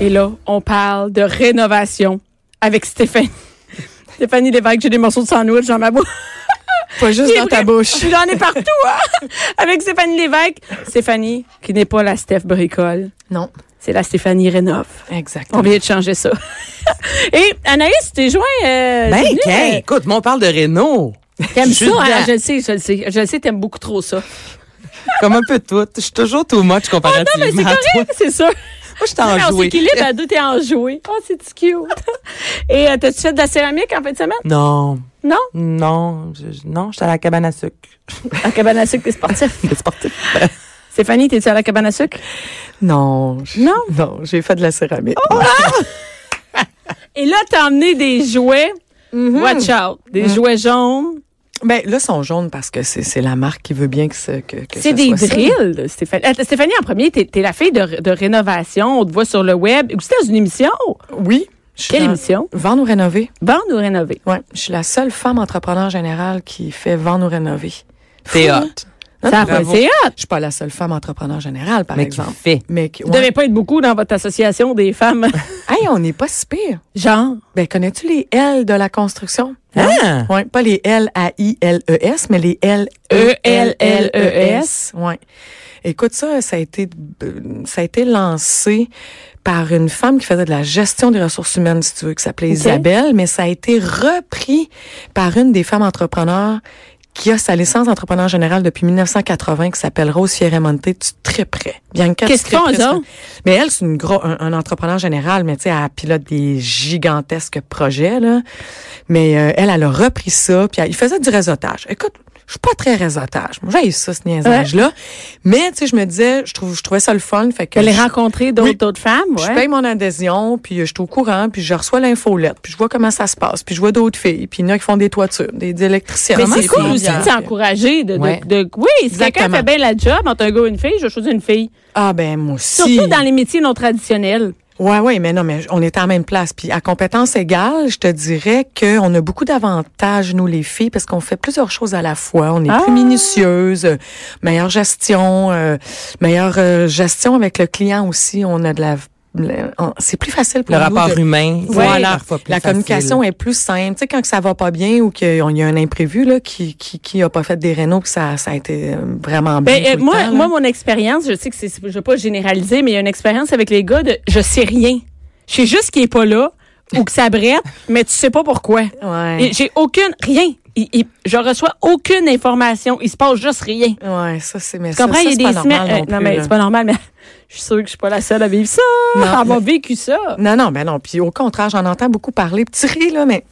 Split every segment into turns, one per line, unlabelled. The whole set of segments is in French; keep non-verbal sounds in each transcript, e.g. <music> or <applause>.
Et là, on parle de rénovation avec <laughs> Stéphanie. Stéphanie Lévesque, j'ai des morceaux de sandwich dans ma bouche.
Pas juste
C'est
dans ta
vrai.
bouche.
<laughs> J'en ai partout, hein? <laughs> Avec Stéphanie Lévesque. Stéphanie, qui n'est pas la Steph Bricole,
Non,
c'est la Stéphanie Rénov. On
exactement.
vient de changer ça. <laughs> Et Anaïs, t'es joint. euh,
Ben,
t'es venue,
qu'un,
euh,
écoute, moi, on parle de Renault.
T'aimes
Je suis
ça, hein?
dedans.
Je le sais, je le sais. Je le sais, t'aimes beaucoup trop ça.
Comme un peu tout. Je suis toujours too much comparativement
Non, mais c'est
à toi.
correct, <laughs> c'est sûr.
Moi, je suis
<laughs> Non, mais on
enjouée.
s'équilibre à deux, t'es enjoué. Oh, c'est <laughs> cute. Et euh, t'as-tu fait de la céramique en fin de semaine?
Non,
Non?
non, je, je- non, j'étais à la cabane à sucre.
À cabane à sucre, <laughs> t'es sportif. Ben.
C'est sportif.
Stéphanie, t'es-tu à la cabane à sucre?
Non. je-
Non. Oh!
Non, j'ai fait de la céramique.
Et là, t'as emmené des jouets. Watch out. Des jouets jaunes.
Mm-hmm. Ben, là, ils sont jaunes parce que c'est c'est la marque qui veut bien que ce que, que
C'est
ce
des
soit ça.
drills, Euh, Stéphanie. Attends, Stéphanie, en premier, t'es es la fille de, de rénovation. On te voit sur le web. Ou c'était dans une émission.
Oui. je suis
Quelle
dans-
émission?
Vendre ou rénover.
Vendre ou rénover?
Ouais, je suis la seule femme entrepreneur générale qui fait vendre ou rénover.
C'est
Fou,
hot.
hein?
Ça a
bravo.
passé Ah, hot.
Je suis pas la seule femme entrepreneur générale, par
Mais qui
exemple.
fait.
Mais qui-
Vous
ouais.
devez pas être beaucoup dans votre association des femmes.
Hey, on n'est pas si pire.
<laughs> Genre.
Ben, connais-tu les L de la construction?
Hein?
Ouais, pas les L-A-I-L-E-S, E mais les E
E
L-E-L-L-E-S. Ouais. Écoute, ça, ça a été, euh, ça a été lancé par une femme qui faisait de la gestion des ressources humaines, si tu veux, qui s'appelait Isabelle, mais ça a été repris par une des femmes entrepreneurs qui a sa licence d'entrepreneur général depuis 1980, qui s'appelle Rose Fieremonte, tu triperais. Bianca, tu
Qu'est-ce qu'ils font,
triperais
eux
ça.
autres?
Mais elle, c'est une gros, un, un entrepreneur général, mais tu sais, elle pilote des gigantesques projets, là. Mais euh, elle, elle a repris ça, puis elle- il faisait du réseautage. Écoute, je suis pas très réseautage. Moi, j'ai ça, ce niaisage-là. Mais, tu sais, je me disais, je trouve, je trouvais ça le fun. Fait que
Que les
je-
rencontrer d'autres
Oui.
d'autres femmes,
je
ouais.
paye mon adhésion, puis euh, je suis au courant, puis je reçois l'infolette, puis je vois comment ça se passe, puis je vois d'autres filles, puis il y en a qui font des toitures, des, des électriciens.
Mais
Comment
c'est cool
bien,
aussi de
bien.
s'encourager. De, de-
Ouais.
de- oui, si quelqu'un
Exactement.
fait bien la job, entre un gars et une fille, je vais choisir une fille.
Ah ben moi aussi.
Surtout dans les métiers non traditionnels.
Ouais ouais, mais non mais on est en même place puis à compétence égale, je te dirais que on a beaucoup d'avantages nous les filles parce qu'on fait plusieurs choses à la fois, on est
Ah.
plus minutieuse, euh, meilleure gestion, euh, meilleure euh, gestion avec le client aussi, on a de la la- on- c'est plus facile pour
Le
nous
rapport
de-
humain, c'est
Ouais.
parfois plus
la communication
facile.
est plus simple. Tu sais, quand ça va pas bien ou qu'il y a un imprévu là, qui qui qui a pas fait des rénaux, puis ça ça a été euh, vraiment bien.
Ben, euh,
tout le
moi,
temps, là.
moi, mon expérience, je sais que c'est, je veux pas généraliser, mais il y a une expérience avec les gars de je sais rien. Je sais juste qu'il est pas là ou que ça brette, <laughs> mais tu sais pas pourquoi.
ouais.
Et j'ai aucune, rien. Il- il- je reçois aucune information. Il se passe juste rien.
Ouais, ça c'est mais
Tu comprends?
ça, ça,
il
c'est
y a
pas
des
normal
semaines.
non
euh, non,
plus,
mais
là.
c'est pas normal, mais <laughs> je suis sûre que je suis pas la seule à vivre ça.
Non,
à avoir vécu ça.
Non, non, ben non. Puis au contraire, j'en entends beaucoup parler. Petit ris, là, mais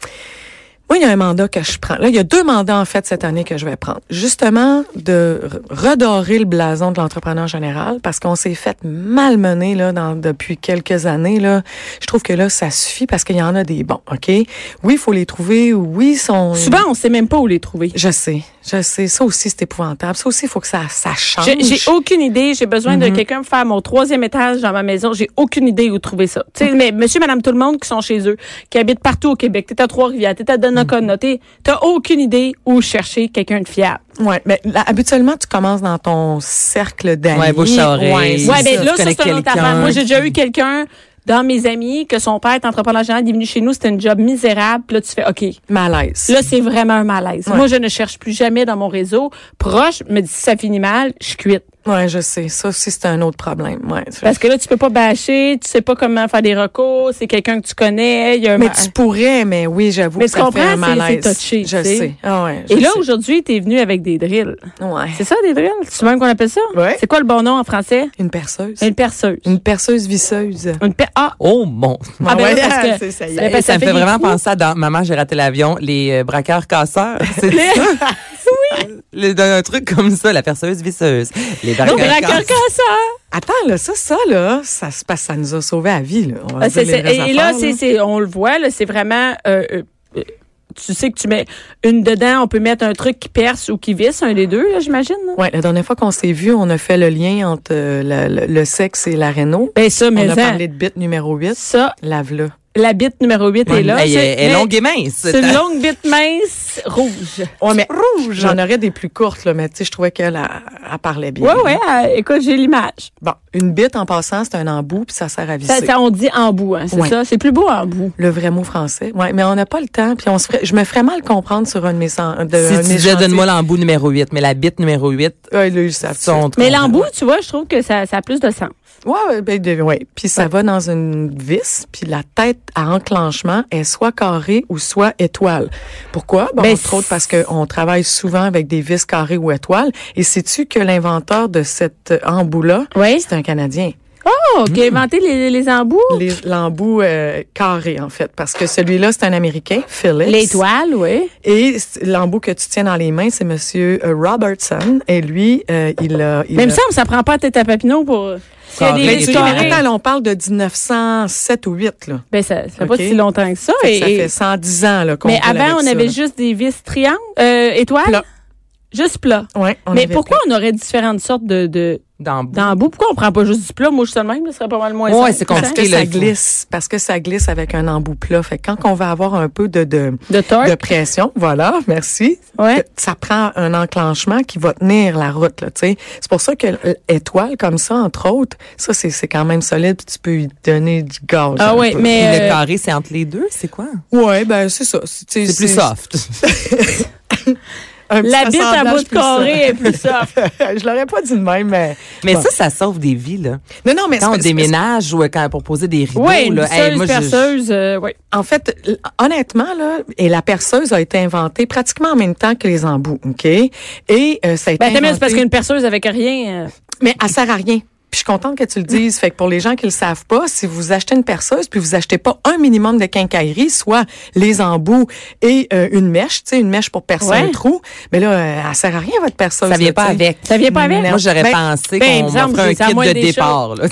moi, il y a un mandat que je prends. Là, il y a deux mandats, en fait, cette année que je vais prendre. Justement, de re- redorer le blason de l'entrepreneur général parce qu'on s'est fait malmener, là, dans- depuis quelques années, là. Je trouve que là, ça suffit parce qu'il y en a des bons, OK? Oui, il faut les trouver. Oui, ils sont...
Souvent, on sait même pas où les trouver.
Je sais, je sais. Ça aussi, c'est épouvantable. Ça aussi, il faut que ça, ça change.
J'ai j'ai aucune idée. J'ai besoin
Mm-hmm.
de quelqu'un pour faire mon troisième étage dans ma maison. J'ai aucune idée où trouver ça. Tu sais, mais monsieur, madame, tout le monde qui sont chez eux, qui habitent partout au Québec, t'es à Trois-Rivières, t'es à
Mm-hmm.
Donnacona, t'es- t'as aucune idée où chercher quelqu'un de fiable.
Ouais, mais là, habituellement, tu commences dans ton cercle d'amis.
Ouais, bouche à oreille.
Ouais,
Ouais,
C'est
ben
ça,
là, ça,
tu connais
c'est une autre
quelqu'un.
affaire. Moi, j'ai déjà eu quelqu'un dans mes amis que son père est entrepreneur général, il est venu chez nous, c'était une job misérable. Puis là, tu fais, OK,
malaise.
Là, c'est vraiment un malaise.
Ouais.
Moi, je ne cherche plus jamais dans mon réseau. Proche, mais si ça finit mal, je cuite.
Ouais, je sais. Ça aussi, c'est un autre problème. Ouais.
Parce que là, tu peux pas bâcher, tu sais pas comment faire des recours, c'est quelqu'un que tu connais, il y a un
mais
ma-
tu pourrais, mais oui, j'avoue
Mais
que
tu
ça fait un
comprends, c'est-
malaise.
c'est touché,
Je
tu sais.
sais. Ah ouais. je
Et là,
sais.
aujourd'hui, tu es venu avec des drills.
ouais.
C'est ça, des drills? C'est même qu'on appelle ça?
Ouais.
C'est quoi le bon nom en français?
une perceuse.
Une perceuse.
Une perceuse visseuse.
Une per- Ah!
Oh mon.
Ah, ben oui, parce que-
c'est ça. y
Mais
est.
parce que
Eh ben, ça me
fait
fait
des
vraiment
trous.
penser à dans Maman, j'ai raté l'avion, les euh, braqueurs <laughs> casseurs. C'est ça? oui. Le, un truc comme ça, la perceuse visseuse. Les braqueurs
Donc, braqueur
casseurs.
casseur!
Attends, là, ça, ça, là, ça, se passe, ça nous a sauvé la vie, là. On va
Ah,
dire
c'est-
les
c'est-
vraies
et, et là,
affaires,
c'est- c'est- on le voit, là, c'est vraiment. euh, euh, euh, tu sais que tu mets une dedans, on peut mettre un truc qui perce ou qui visse, un des deux, là, j'imagine. là.
Ouais, la dernière fois qu'on s'est vu, on a fait le lien entre euh, la- le, le sexe et la réno.
Ben ça, mais
On a
ça,
parlé de bit numéro 8.
ça,
Lave-le.
la bite numéro 8 est là.
Hey,
C'est-
elle est
mais
longue et mince.
C'est une longue bite mince rouge.
Ouais, mais rouge. J'en aurais des plus courtes, là, mais tu sais, je trouvais qu'elle elle- elle parlait bien.
Ouais, ouais, euh, écoute, j'ai l'image.
Bon, une bite en passant, c'est un embout, puis ça sert à visser.
Ça, ça, on dit en bout, hein, c'est
Ouais.
ça? C'est plus beau en bout.
Le vrai mot français. Ouais, mais on n'a pas le temps, puis on se ferait- je me ferais mal comprendre sur un de mes cent- de, un de
Si tu
mes
disais,
chantiers.
donne-moi l'embout numéro 8, mais la bite numéro 8,
Ouais, là, ils savent ça.
sont
Mais l'embout, tu vois, je trouve que ça, ça a plus de sens.
Ouais, ouais, ben, de- ouais. Puis ça va dans une vis, puis la tête à enclenchement est soit carrée ou soit étoile. Pourquoi? Bon,
Ben,
entre autres parce qu'on travaille souvent avec des vis carrées ou étoiles. Et sais-tu que l'inventeur de cet euh, embout-là,
Oui.
c'est un Canadien.
Oh, qui a inventé les, les embouts?
Les- L'embout euh, carré, en fait, parce que celui-là, c'est un Américain, Phillips.
L'étoile, oui.
Et c'est- l'embout que tu tiens dans les mains, c'est Monsieur euh, Robertson. Et lui, euh, il a... il
Même
a-
ça, on s'en prend pas à tête à papineau pour. S'il y a
Carré,
des
Mais tu
risques
dis,
étoile.
carrés,
mais attends, là, on parle de 1907 ou 8, là.
ben, ça, ça fait pas
Ok.
si longtemps que ça.
Fait
et-
que ça
Ah, et-
fait 110 ans là, qu'on
mais
roule
avant,
avec
on
ça,
avait
là.
juste des vis triangles, euh, étoiles.
Plat.
Juste plat.
Ouais, on
mais
avait
pourquoi on aurait différentes sortes de, de
d'embout.
d'embouts? Pourquoi on prend pas juste du plat? Moi, je suis le même, ce serait pas mal moins simple,
Ouais, c'est
plat.
hein?
Parce
compliqué.
que ça
là, il faut-
glisse, parce que ça glisse avec un embout plat. Fait que quand on va avoir un peu de, de,
De torque.
de pression, voilà, <laughs> merci.
Ouais.
Ça prend un enclenchement qui va tenir la route, là, tu sais. C'est pour ça que l'étoile, comme ça, entre autres, ça, c'est, c'est quand même solide, puis tu peux y donner du gaz.
Ah
un
ouais,
peu.
Puis
mais.
le
euh,
carré, c'est entre les deux, c'est quoi?
Ouais, ben, c'est ça. C'est, tu sais,
C'est plus soft.
un petit
La bite à
assemblage
bout de
plus soft.
carré est plus soft.
<laughs> Je l'aurais pas dit de même, mais.
Mais
Bon.
ça, ça sauve des vies, là.
Non, non, mais
Quand on
c'est- c'est-
déménage ou quand pour poser des rideaux,
Oui, une
là, hey,
perceuse,
moi, je-
perceuse, euh, ouais.
En fait, l- honnêtement, là, et la perceuse a été inventée pratiquement en même temps que les embouts, OK? Et euh, ça a été
Ben, t'as mis,
inventé-
c'est parce qu'une perceuse avec rien. euh,
Mais elle sert à rien. Puis je suis contente que tu le dises. Fait que pour les gens qui le savent pas, si vous achetez une perceuse puis vous achetez pas un minimum de quincaillerie, soit les embouts et euh, une mèche, tu sais, une mèche pour percer
Ouais.
un trou, mais là, euh, elle sert à rien votre perceuse.
Ça vient
là,
pas
tu sais.
avec.
Ça vient pas avec?
Moi, j'aurais
Ben,
pensé
ben, il me
qu'on
semble
m'offrait un
que c'est à
kit
moins
de
des
départ. Là.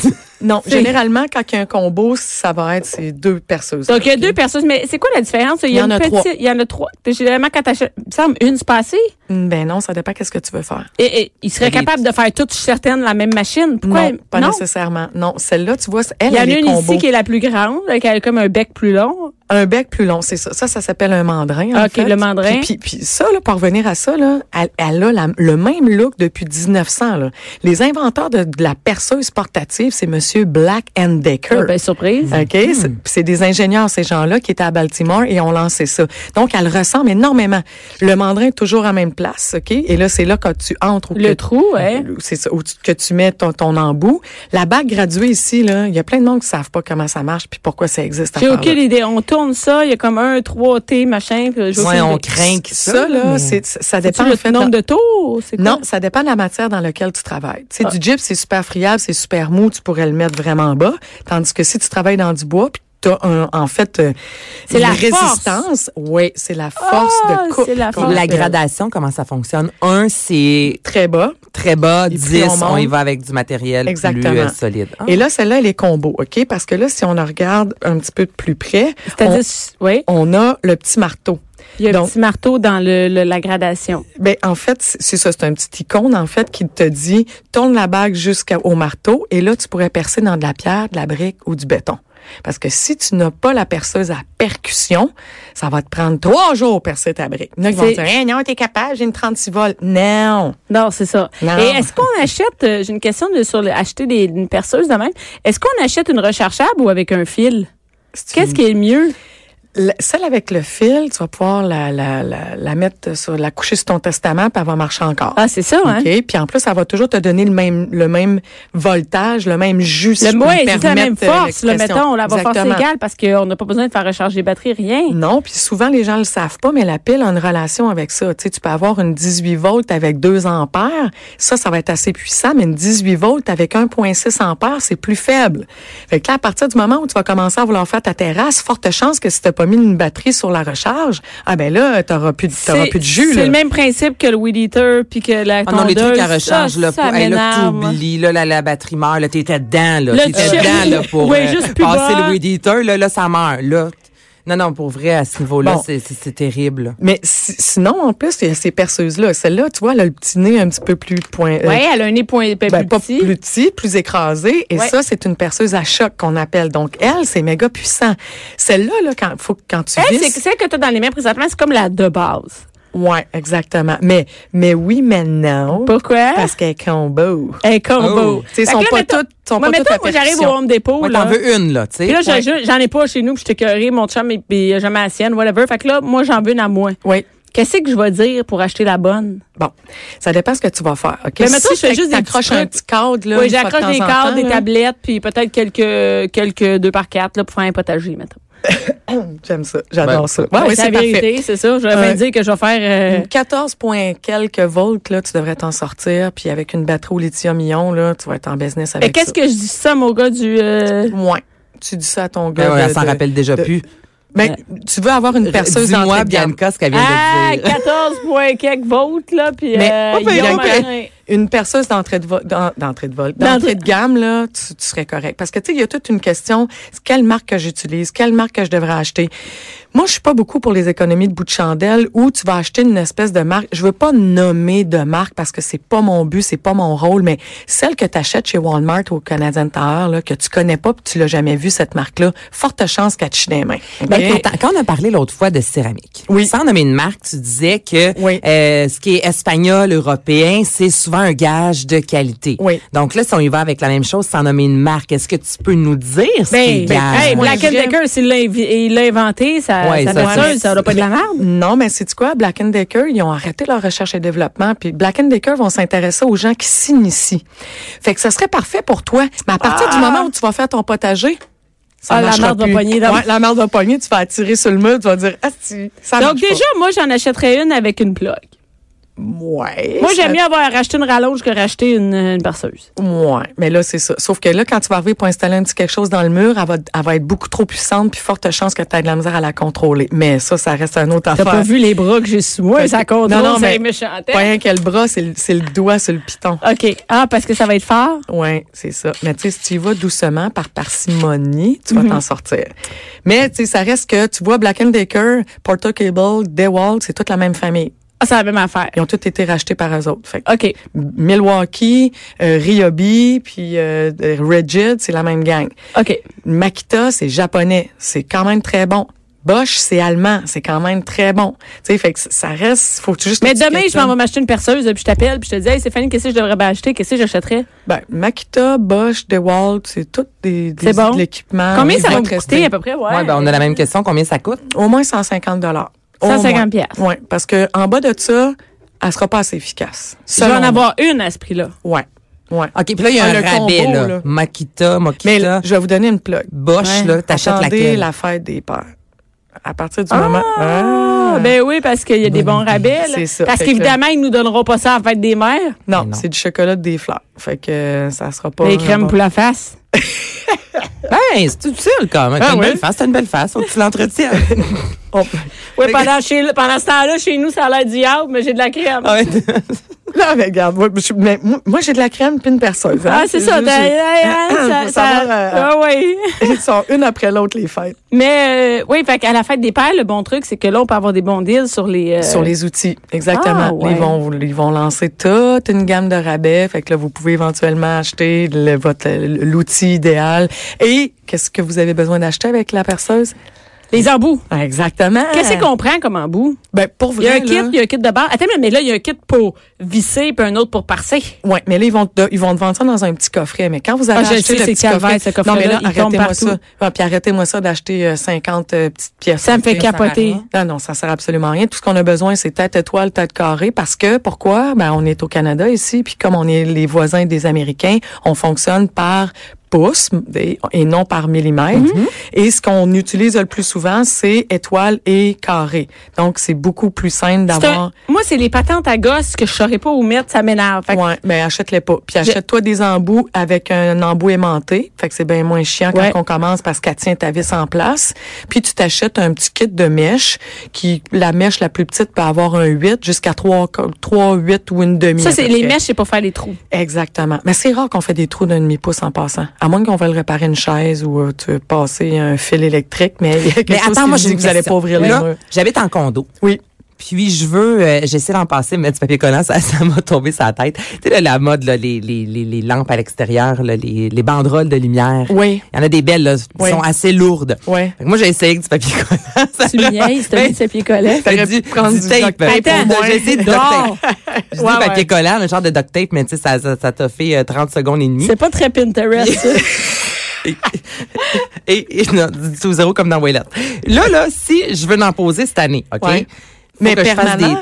Non,
C'est-
généralement quand il y a un combo, ça va être ces deux perceuses.
Donc, il y a deux perceuses. Mais c'est quoi la différence?
Il y en
une
a
petite-
trois.
Il y en a trois. Généralement, quand t'achètes, il me semble, une se passée.
Ben non, ça dépend qu'est-ce que tu veux faire.
Et, et il serait
Mais les-
capable de faire toutes certaines la même machine. Pourquoi?
non, pas nécessairement. Non, celle-là, tu vois, elle
Il y en a
elle est
une
combo.
ici qui est la plus grande, qui a comme un bec plus long.
Un bec plus long, c'est ça. Ça, ça s'appelle un mandrin. en
Ah, Ok,
fait.
le mandrin.
Puis, puis, puis ça, là, pour revenir à ça, là, elle, elle a la- le même look depuis 1900. Là. Les inventeurs de, de la perceuse portative, c'est Monsieur Black and Decker.
Ah, ben, surprise.
OK? C'est-
Mm.
puis C'est des ingénieurs, ces gens-là, qui étaient à Baltimore et ont lancé ça. Donc, elle ressemble énormément. Le mandrin est toujours à même place, OK? Et là, c'est là quand tu entres. ou
Le
que-
trou, ouais.
C'est ça, où tu- que tu mets ton, ton embout. La bague graduée ici, là, il y a plein de monde qui savent pas comment ça marche puis pourquoi ça existe. cette
J'ai
affaire-là.
aucune idée. On tourne ça, il y a comme un, trois T, machin. Puis j'ai
Ouais,
aucune
on
idée.
craint que
Ça, là, c'est, ça
C'est-tu
dépend en
le
fait,
nombre
dans-
de tours? C'est quoi?
Non, ça dépend de la matière dans laquelle tu travailles. Tu sais,
Ah.
du gypse, c'est super friable, c'est super mou, tu pourrais le mettre vraiment bas. Tandis que si tu travailles dans du bois, puis t'as un, en fait, euh,
C'est
une
la
résistance. Oui, c'est la force
Ah,
de coupe.
c'est la
qu'on
force.
La
appelle.
gradation, comment ça fonctionne? Un, c'est
Très bas.
très bas,
Et plus
10,
on monte.
on y va avec du matériel
Exactement.
plus euh, solide. Ah.
Et là, celle-là, elle est combo, OK? Parce que là, si on la regarde un petit peu de plus près,
C'est-à-dire, oui,
on a le petit marteau.
il y a un
Donc-
petit marteau dans le, le- la gradation.
Ben en fait, c'est c'est ça, c'est un petit icône en fait qui te dit tourne la bague jusqu'au marteau et là tu pourrais percer dans de la pierre, de la brique ou du béton. Parce que si tu n'as pas la perceuse à percussion, ça va te prendre trois jours pour percer ta brique. Il y en a qui vont
C'est-
dire hey, non, t'es capable, j'ai une 36 volts. Non.
Non, c'est ça.
Non.
Et est-ce qu'on achète, euh, j'ai une question de, sur le- acheter des, une perceuse de même, est-ce qu'on achète une rechargeable ou avec un fil?
C'est une-
Qu'est-ce qui est le mieux?
La- celle avec le fil, tu vas pouvoir la, la, la, la mettre sur la coucher sur ton testament, puis elle va marcher encore.
Ah, c'est ça, hein?
OK? Puis en plus, elle va toujours te donner le même, le même voltage, le même jus. si
Le
je peux
mot,
me
c'est la même
permettre, euh,
force. Le
l'expression.
mettons, on la va force
Exactement. Mm.
égale parce qu'on n'a pas besoin de faire recharger les batteries, rien.
<laughs> Non, puis souvent les gens le savent pas, mais la pile a une relation avec ça. Tu sais, tu peux avoir une 18 volts avec 2 ampères, ça, ça va être assez puissant, mais une 18 volts avec 1,6 ampères, c'est plus faible. Fait que là, à partir du moment où tu vas commencer à vouloir faire ta terrasse, forte chance que si t'as pas pas mis une batterie sur la recharge, ah ben là, t'auras plus, de- t'auras
C'est-
plus de jus.
C'est
là.
le même principe que le weed eater puis que la
Ah non, les trucs à
tondeuse, ça,
recharge, là,
ça
pour, hey, là,
m'énerve.
t'oublies, là, la, la batterie meurt, là, t'étais dedans, là.
Le
T'étais
chip.
dedans, là, pour euh,
Ouais, juste plus
passer
bas.
le weed eater, là, là, ça meurt, là. Non, non, pour vrai, à ce niveau-là,
Bon.
c'est- c'est c'est terrible.
Mais si- sinon, en plus, il y a ces perceuses-là. Celle-là, tu vois, elle a le petit nez un petit peu plus point. euh,
Ouais, elle a un nez point, ben,
ben,
plus
pas
petit.
plus petit, plus écrasé. Et
Ouais.
ça, c'est une perceuse à choc qu'on appelle. Donc, elle, c'est méga puissant. Celle-là, là, quand, faut, que- quand tu
Elle, Eh, c'est
visses-
celle que t'as dans les mains présentement, c'est comme la de base.
Ouais, exactement. Mais, mais oui, mais non.
Pourquoi?
Parce qu'elle est combo.
Elle est combo.
Oh.
Tu sais,
Fait
sont
que là,
pas
mettons-
toutes- sont
moi,
pas toutes
mettons,
à
moi, j'arrive au
perfection.
Home Depot,
Ouais,
là.
t'en veux une, là, tu sais.
Puis là, j'en-
Ouais.
j'en ai pas chez nous, puis j'étais curé, mon chum, il- il a jamais la sienne, whatever. Fait que là, moi, j'en veux une à moi.
Oui.
Qu'est-ce que je vais dire pour acheter la bonne?
Bon. Ça dépend ce que tu vas faire. OK?
Mais Ben, mettons,
Si
je fais juste des
t'accroches
petits
un
trucs.
petit cadre, là.
oui,
une fois de
j'accroche
temps
des
en
cadres,
temps,
des
là.
tablettes, puis peut-être quelques, quelques deux par quatre, là, pour faire un potager, mettons.
J'aime ça. J'adore
Ben,
ça. Ouais,
Ben,
oui,
la
c'est
vérité,
parfait.
c'est ça. Je vais bien
Ouais.
dire que je vais faire. euh,
Une 14 points quelques volts, là, tu devrais t'en sortir. Puis avec une batterie au lithium-ion, là, tu vas être en business
Fait
avec
qu'est-ce que je dis ça, mon gars, du. euh,
ça. Moins. Tu dis ça à ton
Ouais,
gars.
ouais,
de-
elle s'en
de-
rappelle déjà
de-
plus.
Ben, tu veux avoir une perceuse
Dis-moi,
d'entrée de gamme.
Bianca, ce qu'elle vient
Ah,
de dire.
14 points quelques volts, là, puis.
Mais-
euh,
Oh, ben,
ils ont
donc,
un-
Une perceuse d'entrée de vol, d'en- d'entrée de vol, d'entrée de gamme là, tu, tu serais correct. Parce que tu sais, il y a toute une question quelle marque que j'utilise, quelle marque que je devrais acheter. Moi, je suis pas beaucoup pour les économies de bout de chandelle où tu vas acheter une espèce de marque. Je veux pas nommer de marque parce que c'est pas mon but, c'est pas mon rôle, mais celle que tu achètes chez Walmart ou au Canadian Tower là, que tu connais pas, puis tu l'as jamais vue cette marque-là, forte chance qu'elle te chie des mains.
Ben,
OK?
attends, quand on a parlé l'autre fois de céramique,
Oui.
sans nommer une marque, tu disais que
Oui.
euh, ce qui est espagnol, européen, c'est souvent un gage de qualité.
Oui.
Donc là, si on y va avec la même chose, sans nommer une marque, est-ce que tu peux nous dire ce qui
Ben,
est
ben,
gage?
hey,
moi,
Black and
j'aime.
Decker, s'il l'a invi- il l'a inventé, ça,
Ouais,
ça,
ça,
fait
ouais.
ça, ça aura pas de la merde.
Non, mais c'est quoi Black Decker, ils ont arrêté leur recherche et développement, puis Black Decker vont s'intéresser aux gens qui s'initient. Fait que ça serait parfait pour toi, mais à partir du moment où tu vas faire ton potager, ça
Ah, la
marchera
merde va
plus.
pogner dans-
Ouais, la merde va pogner, tu vas attirer sur le mur, tu vas dire ah si, ça
Donc,
marche
déjà, moi, j'en achèterais une avec une plug.
pas. Ouais.
Moi,
ça-
j'aime mieux avoir racheté une rallonge que racheter une, euh, une perceuse.
Ouais, mais là c'est ça. Sauf que là quand tu vas arriver pour installer un petit quelque chose dans le mur, elle va, elle va être beaucoup trop puissante, puis forte chance que tu aies de la misère à la contrôler. Mais ça ça reste un autre
T'as
affaire.
pas vu les bras que j'ai sous moi,
Fait
ça
que-
compte.
Non, non, mais-
c'est
Pas rien que le bras, c'est le- c'est le doigt sur le piton.
OK. Ah, parce que ça va être fort?
Oui, c'est ça. Mais tu sais, si tu y vas doucement, par parcimonie, tu
Mhm.
vas t'en sortir. Mais tu sais, ça reste que tu vois Black Decker, Porter Cable, DeWalt, c'est toute la même famille.
Ah, c'est la même affaire.
Ils ont tous été rachetés par eux autres. Fait que
OK.
Milwaukee, euh, Ryobi, puis euh, Rigid, c'est la même gang.
OK.
Makita, c'est japonais, c'est quand même très bon. Bosch, c'est allemand, c'est quand même très bon. Tu sais, fait que ça reste, faut que tu juste.
Mais
que tu
demain, je m'en vais
questionnes.
m'acheter une perceuse, puis je t'appelle, puis je te dis, hey, Stéphanie, qu'est-ce que je devrais bien acheter? Qu'est-ce que j'achèterais?
Ben, Makita, Bosch, DeWalt, c'est tout des, des
C'est bon?
de l'équipement.
Combien
Ils
ça
vont
va me
te rester.
coûter à peu près? Ouais.
Ouais, ben, on a la même question, combien ça coûte?
Au moins 150 dollars.
150 piastres.
Oui, parce que en bas de ça, elle sera pas assez efficace.
Je vais en
Selon
avoir une à ce prix-là.
moi. Ouais, ouais.
OK, puis là, il y a
Ah,
un
le
rabais,
combo,
là.
là.
Makita,
Mais
Makita,
là, je vais vous donner une plug.
Bosch,
Ouais.
là, t'achètes
Attendez
laquelle?
la fête des pères. À partir du moment.
Ah, ben oui, parce qu'il y a des bons rabais. là.
C'est ça.
Parce
Fait que-
qu'évidemment, ils nous donneront pas ça à la fête des mères.
Non,
Mais non.
c'est du chocolat des fleurs. Fait que euh, ça sera pas.
les crèmes pour
pour
la face.
Ben, c'est utile, quand même.
Ah
T'as une
oui?
belle face, t'as une belle face. Faut que
<laughs>
tu l'entretiens.
Oui, pendant, chez, pendant ce temps-là, chez nous, ça a l'air diable, mais j'ai de la crème.
<laughs> Ah ouais.
Là, mais regarde, moi, je- mais moi, moi, j'ai de la crème puis une perceuse. hein.
Ah, c'est ça.
juste-
t'as- ah, ah,
<coughs>
ça-
Faut
ça-
savoir, euh,
ah, oui.
<laughs> Ils sont une après l'autre les fêtes.
Mais euh, oui, fait qu'à la fête des pères, le bon truc, c'est que là, on peut avoir des bons deals sur les. euh,
Sur les outils, exactement.
Ah, ouais.
ils, vont, ils vont lancer toute une gamme de rabais. Fait que là, vous pouvez éventuellement acheter le- votre- l'outil idéal. Et qu'est-ce que vous avez besoin d'acheter avec la perceuse?
les embouts.
Ah, Exactement.
Qu'est-ce qu'on prend comme embout?
Ben, pour
Il y a
vrai,
un kit,
là-
il y a un kit de barre. Attends, mais là, il y a un kit pour visser puis un autre pour parser.
Ouais, mais là, ils vont, te- ils vont te vendre ça dans un petit coffret. Mais quand vous avez
Ah, je
acheté
sais,
le
c'est
petit
calvaire,
coffret,
ce coffret-là,
non, mais
il
là,
tombe
arrêtez-moi
partout.
ça. Ouais, puis arrêtez-moi ça d'acheter euh, 50 euh, petites pièces.
Ça me fait
Tu sais, sert à
capoter.
rien. Ah non, ça sert absolument à rien. Tout ce qu'on a besoin, c'est tête étoile, tête carrée. Parce que, pourquoi? Ben, on est au Canada ici, puis comme on est les voisins des Américains, on fonctionne par pouces et, et non par millimètre.
Mhm.
Et ce qu'on utilise le plus souvent, c'est étoile et carré. Donc, c'est beaucoup plus simple
C'est un-
d'avoir...
moi, c'est les patentes à gosse que je saurais pas où mettre, ça m'énerve. Fait que-
Ouais, mais achète-les pas. Puis
Je-
achète-toi des embouts avec un embout aimanté. Fait que c'est bien moins chiant
Ouais.
quand on commence parce qu'elle tient ta vis en place. Puis tu t'achètes un petit kit de mèche qui, la mèche la plus petite peut avoir un 8 jusqu'à 3, 3, 8 ou une demi.
ça,
à
c'est
peu
les
près.
mèches, c'est pour faire les
<laughs>
trous.
Exactement. Mais c'est rare qu'on fait des trous d'un demi-pouce en passant. À moins qu'on veuille réparer une chaise ou euh, tu veux passer un fil électrique, mais il y a quelque
Mais
chose
attends,
qui
moi,
dit
j'ai une
que vous allez
question.
pas ouvrir les
Là,
murs.
J'habite en condo.
Oui.
Puis je veux, euh, j'essaie d'en passer, mais du papier collant, ça, <laughs> ça m'a tombé sa tête. Tu sais, là, la mode, là, les, les, les, les lampes à l'extérieur, là, les, les banderoles de lumière.
Oui.
Il y en a des belles, là, qui
Oui.
sont assez lourdes.
Ouais.
Fait que Moi, j'ai essayé avec du papier collant. <laughs> Ça
Tu
m'a-
vieilles, c'est
Ben,
un papier collet.
T'aurais
T'aurais
dû
pu prendre
du
du
tape.
duct tape
au moins.
j'ai essayé du duct
Non.
tape. Je dis
Ouais,
papier
ouais.
collant, le genre de duct tape, mais tu sais, ça, ça, ça t'a fait euh, 30 secondes et demie.
C'est pas très Pinterest, ça.
<laughs>
Et, et non, du tout zéro comme dans Wallet. Là, là, si je veux en poser cette année, OK?
Ouais.
Faut
Mais
que je fasse
permanent?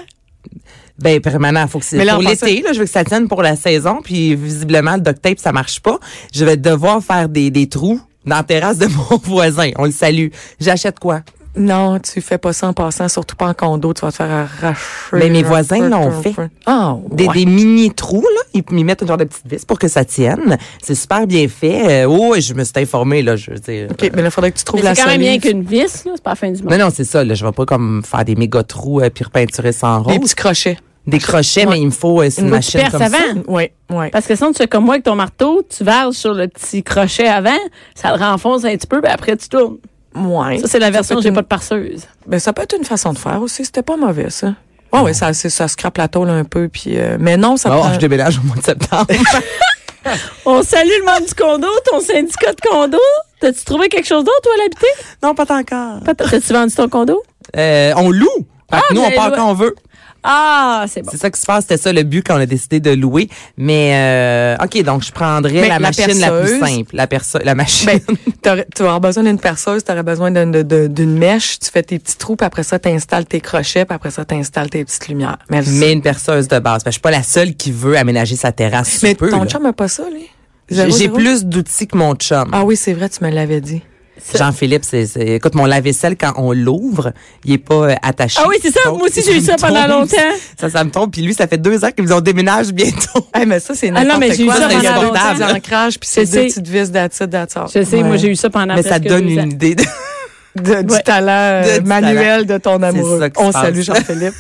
Ben, permanent. Faut que c'est
Mais là,
pour
en passant-
l'été, là, je veux que ça tienne pour la saison, puis visiblement, le duct tape, ça marche pas. Je vais devoir faire des, des trous dans la terrasse de <laughs> mon voisin. On le salue. J'achète quoi?
Non, tu fais pas ça en passant, surtout pas en condo, tu vas te faire arracher.
Mais mes voisins l'ont fait.
Ah,
Des,
ouais.
des mini trous, là. Ils m'y mettent une genre de petite vis pour que ça tienne. C'est super bien fait. Euh, oh, je me suis informée, là, je veux dire.
OK, ben- mais là, faudrait que tu trouves
Mais
la
c'est quand même bien
salive.
qu'une vis, là, c'est pas la fin du monde.
Non, non, c'est ça, là. Je vais pas comme faire des méga trous, euh, puis repeinturer sans rose.
Des petits crochets.
Des crochets, mais il me faut euh, c'est une
Une
machine
perce
comme ça.
avant.
Oui, oui.
Parce que sinon, tu fais comme moi avec ton marteau, tu verges sur le petit crochet avant, ça le renfonce un petit peu, puis après, tu tournes.
Ouais.
Ça, c'est la version
peut être
j'ai
une-
pas de parseuse.
Mais ça peut être une façon de faire aussi, c'était pas mauvais ça. Ouais, ouais, ça c'est- ça scrape la tôle un peu puis euh, mais non, ça
Bon,
prend-
Ah, je déménage au mois de septembre.
On salue le membre du condo, ton syndicat de condo. T'as-tu trouvé quelque chose d'autre, toi, à l'habiter?
non, pas encore.
Pat- T'as-tu vendu ton condo?
<laughs> Euh, on loue. Fait
Ah,
que nous, on
vous
part
allez
quand on veut.
Ah, c'est bon.
C'est ça qui se passe. C'était ça le but quand on a décidé de louer. Mais, euh, OK, donc je prendrais
Ben,
Mais
la
la
machine la plus
perceuse.
simple. La, perce- la machine.
Ben, <laughs> t'aurais- tu vas avoir besoin d'une perceuse, tu aurais besoin d'une de- de- d'une mèche, tu fais tes petits trous, puis après ça, tu installes tes crochets, puis après ça, tu installes tes petites lumières. Mais,
Ben,
elles-
<laughs> mais une perceuse de base. Parce que je suis pas la seule qui veut aménager sa terrasse. sous
mais
peu,
ton
là.
chum a pas ça, lui?
J'ai
Zéro,
j'ai
zéro?
plus d'outils que mon chum.
Ah oui, c'est vrai, tu me l'avais dit.
C'est-
Jean-Philippe, c'est, c'est- écoute, mon lave-vaisselle, quand on l'ouvre, il est pas euh, attaché.
Ah oui, c'est ça.
Donc,
Moi aussi, j'ai eu ça
me
pendant
tombe.
longtemps.
Ça, ça me tombe. Puis lui, ça fait deux ans qu'ils ont déménage bientôt.
Ah mais ça c'est
Ah
n'importe
non, mais j'ai eu
quoi.
ça
Il y a
pendant
deux
longtemps.
petits ancrages, puis c'est
Je
deux
sais.
petites vis d'attitude d'attitude.
Je sais, moi, j'ai eu ça pendant
Mais ça
presque
donne
deux ans.
une idée de...
du
Ouais.
talent euh,
De- du
manuel de ton amoureux.
ça qui se
On salue
passe.
<laughs>
Jean-Philippe.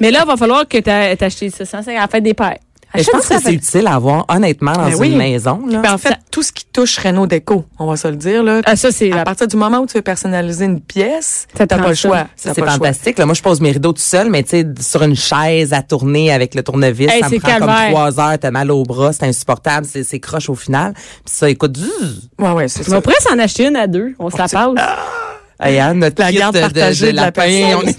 Mais là, il va falloir que t'a- t'achètes ça. ça, c'est la fête des pères.
Mais Je
Achète
pense
ça,
que c'est
fait-
utile à avoir, honnêtement, dans
Mais
une
oui.
maison. Là.
Ben, en fait, tout ce qui touche Renault Déco, on va se le dire là.
Ah, ça, c'est
À
la
partir du moment où tu veux personnaliser une pièce,
Ça te
t'as
prend
pas le
ça.
choix.
Ça,
T'as
c'est
pas le choix.
fantastique. Là, moi, je pose mes rideaux tout seul, mais tu sais, sur une chaise à tourner avec le tournevis,
Hey,
ça me
c'est
prend
calvaire.
comme trois heures, t'as mal au bras, c'est insupportable, c'est, c'est croche au final. Puis ça, écoute, zzz.
Ouais, ouais, c'est
Mais on
ça.
pourrait s'en acheter une à deux. On se la passe.
Hey, hein, notre
La
kit
garde
de, de-
partagée
de
de la
lapin,
personne.
on est-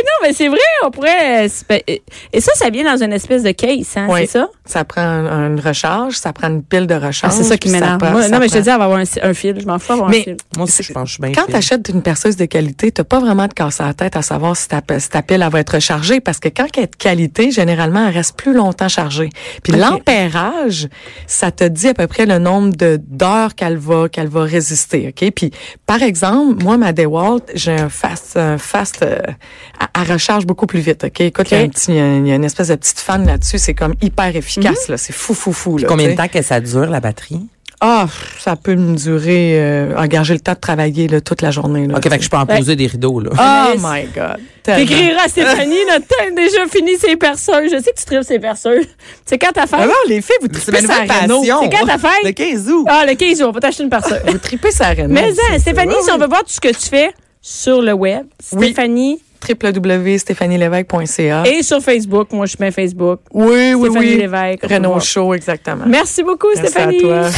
Non, mais c'est vrai. On pourrait. euh, se pa- Et ça, ça vient dans une espèce de case, hein,
Ouais.
c'est ça?
Ça prend un- une recharge, ça prend une pile de recharge.
Ah, c'est ça qui
puis
m'énerve.
prend-
Moi,
ça
Non, mais je te
prend-
dis, elle va avoir un, si- un fil. Je m'en fous avoir un
Mais
fil.
moi aussi, je pense que je suis bien
Quand
fine.
tu achètes une perceuse de qualité, t'as pas vraiment de casser la tête à savoir si ta, pe- si ta pile elle va être rechargée parce que quand elle est de qualité, généralement, elle reste plus longtemps chargée. Puis l'ampérage, ça te dit à peu près le nombre de d'heures qu'elle va qu'elle va résister, ok Puis par exemple, moi ma DeWalt, j'ai un fast un fast euh, à, recharge beaucoup plus vite, ok Écoute, il y a
Ok.
un petit il y a- il y, a une espèce de petite fan là-dessus, c'est comme hyper efficace là, c'est fou fou fou là.
Mhm. Combien
tu
de
sais.
temps que ça dure, la batterie?
Ah, ça peut me durer euh, engager le temps de travailler là, toute la journée là.
OK, fait que je peux en poser des rideaux,
Ah,
là.
Oh
Alice.
my God. Tellement.
T'écriras à Stéphanie, notre thème déjà fini ses perceuses. Je sais que tu tripes ses perceuses. C'est quand ta fête.
Alors, les filles, vous
c'est ma
tripez sa
nouvelle
Renault.
passion.
C'est quand ta fête?
Le 15 août.
Ah, le 15 jours, on va t'acheter une
<laughs>
perceuse.
Vous tripez sa Renault.
Mais hein, Stéphanie,
Ah, Oui,
si on
oui.
veut voir tout ce que tu fais sur le web,
Oui.
Stéphanie
www.stéphanielevesque.ca.
et sur Facebook. Moi, je suis bien Facebook.
Oui, oui,
Stéphanie
oui.
Lévesque.
Renault Show, exactement.
Merci beaucoup,
Merci à
Stéphanie.
toi.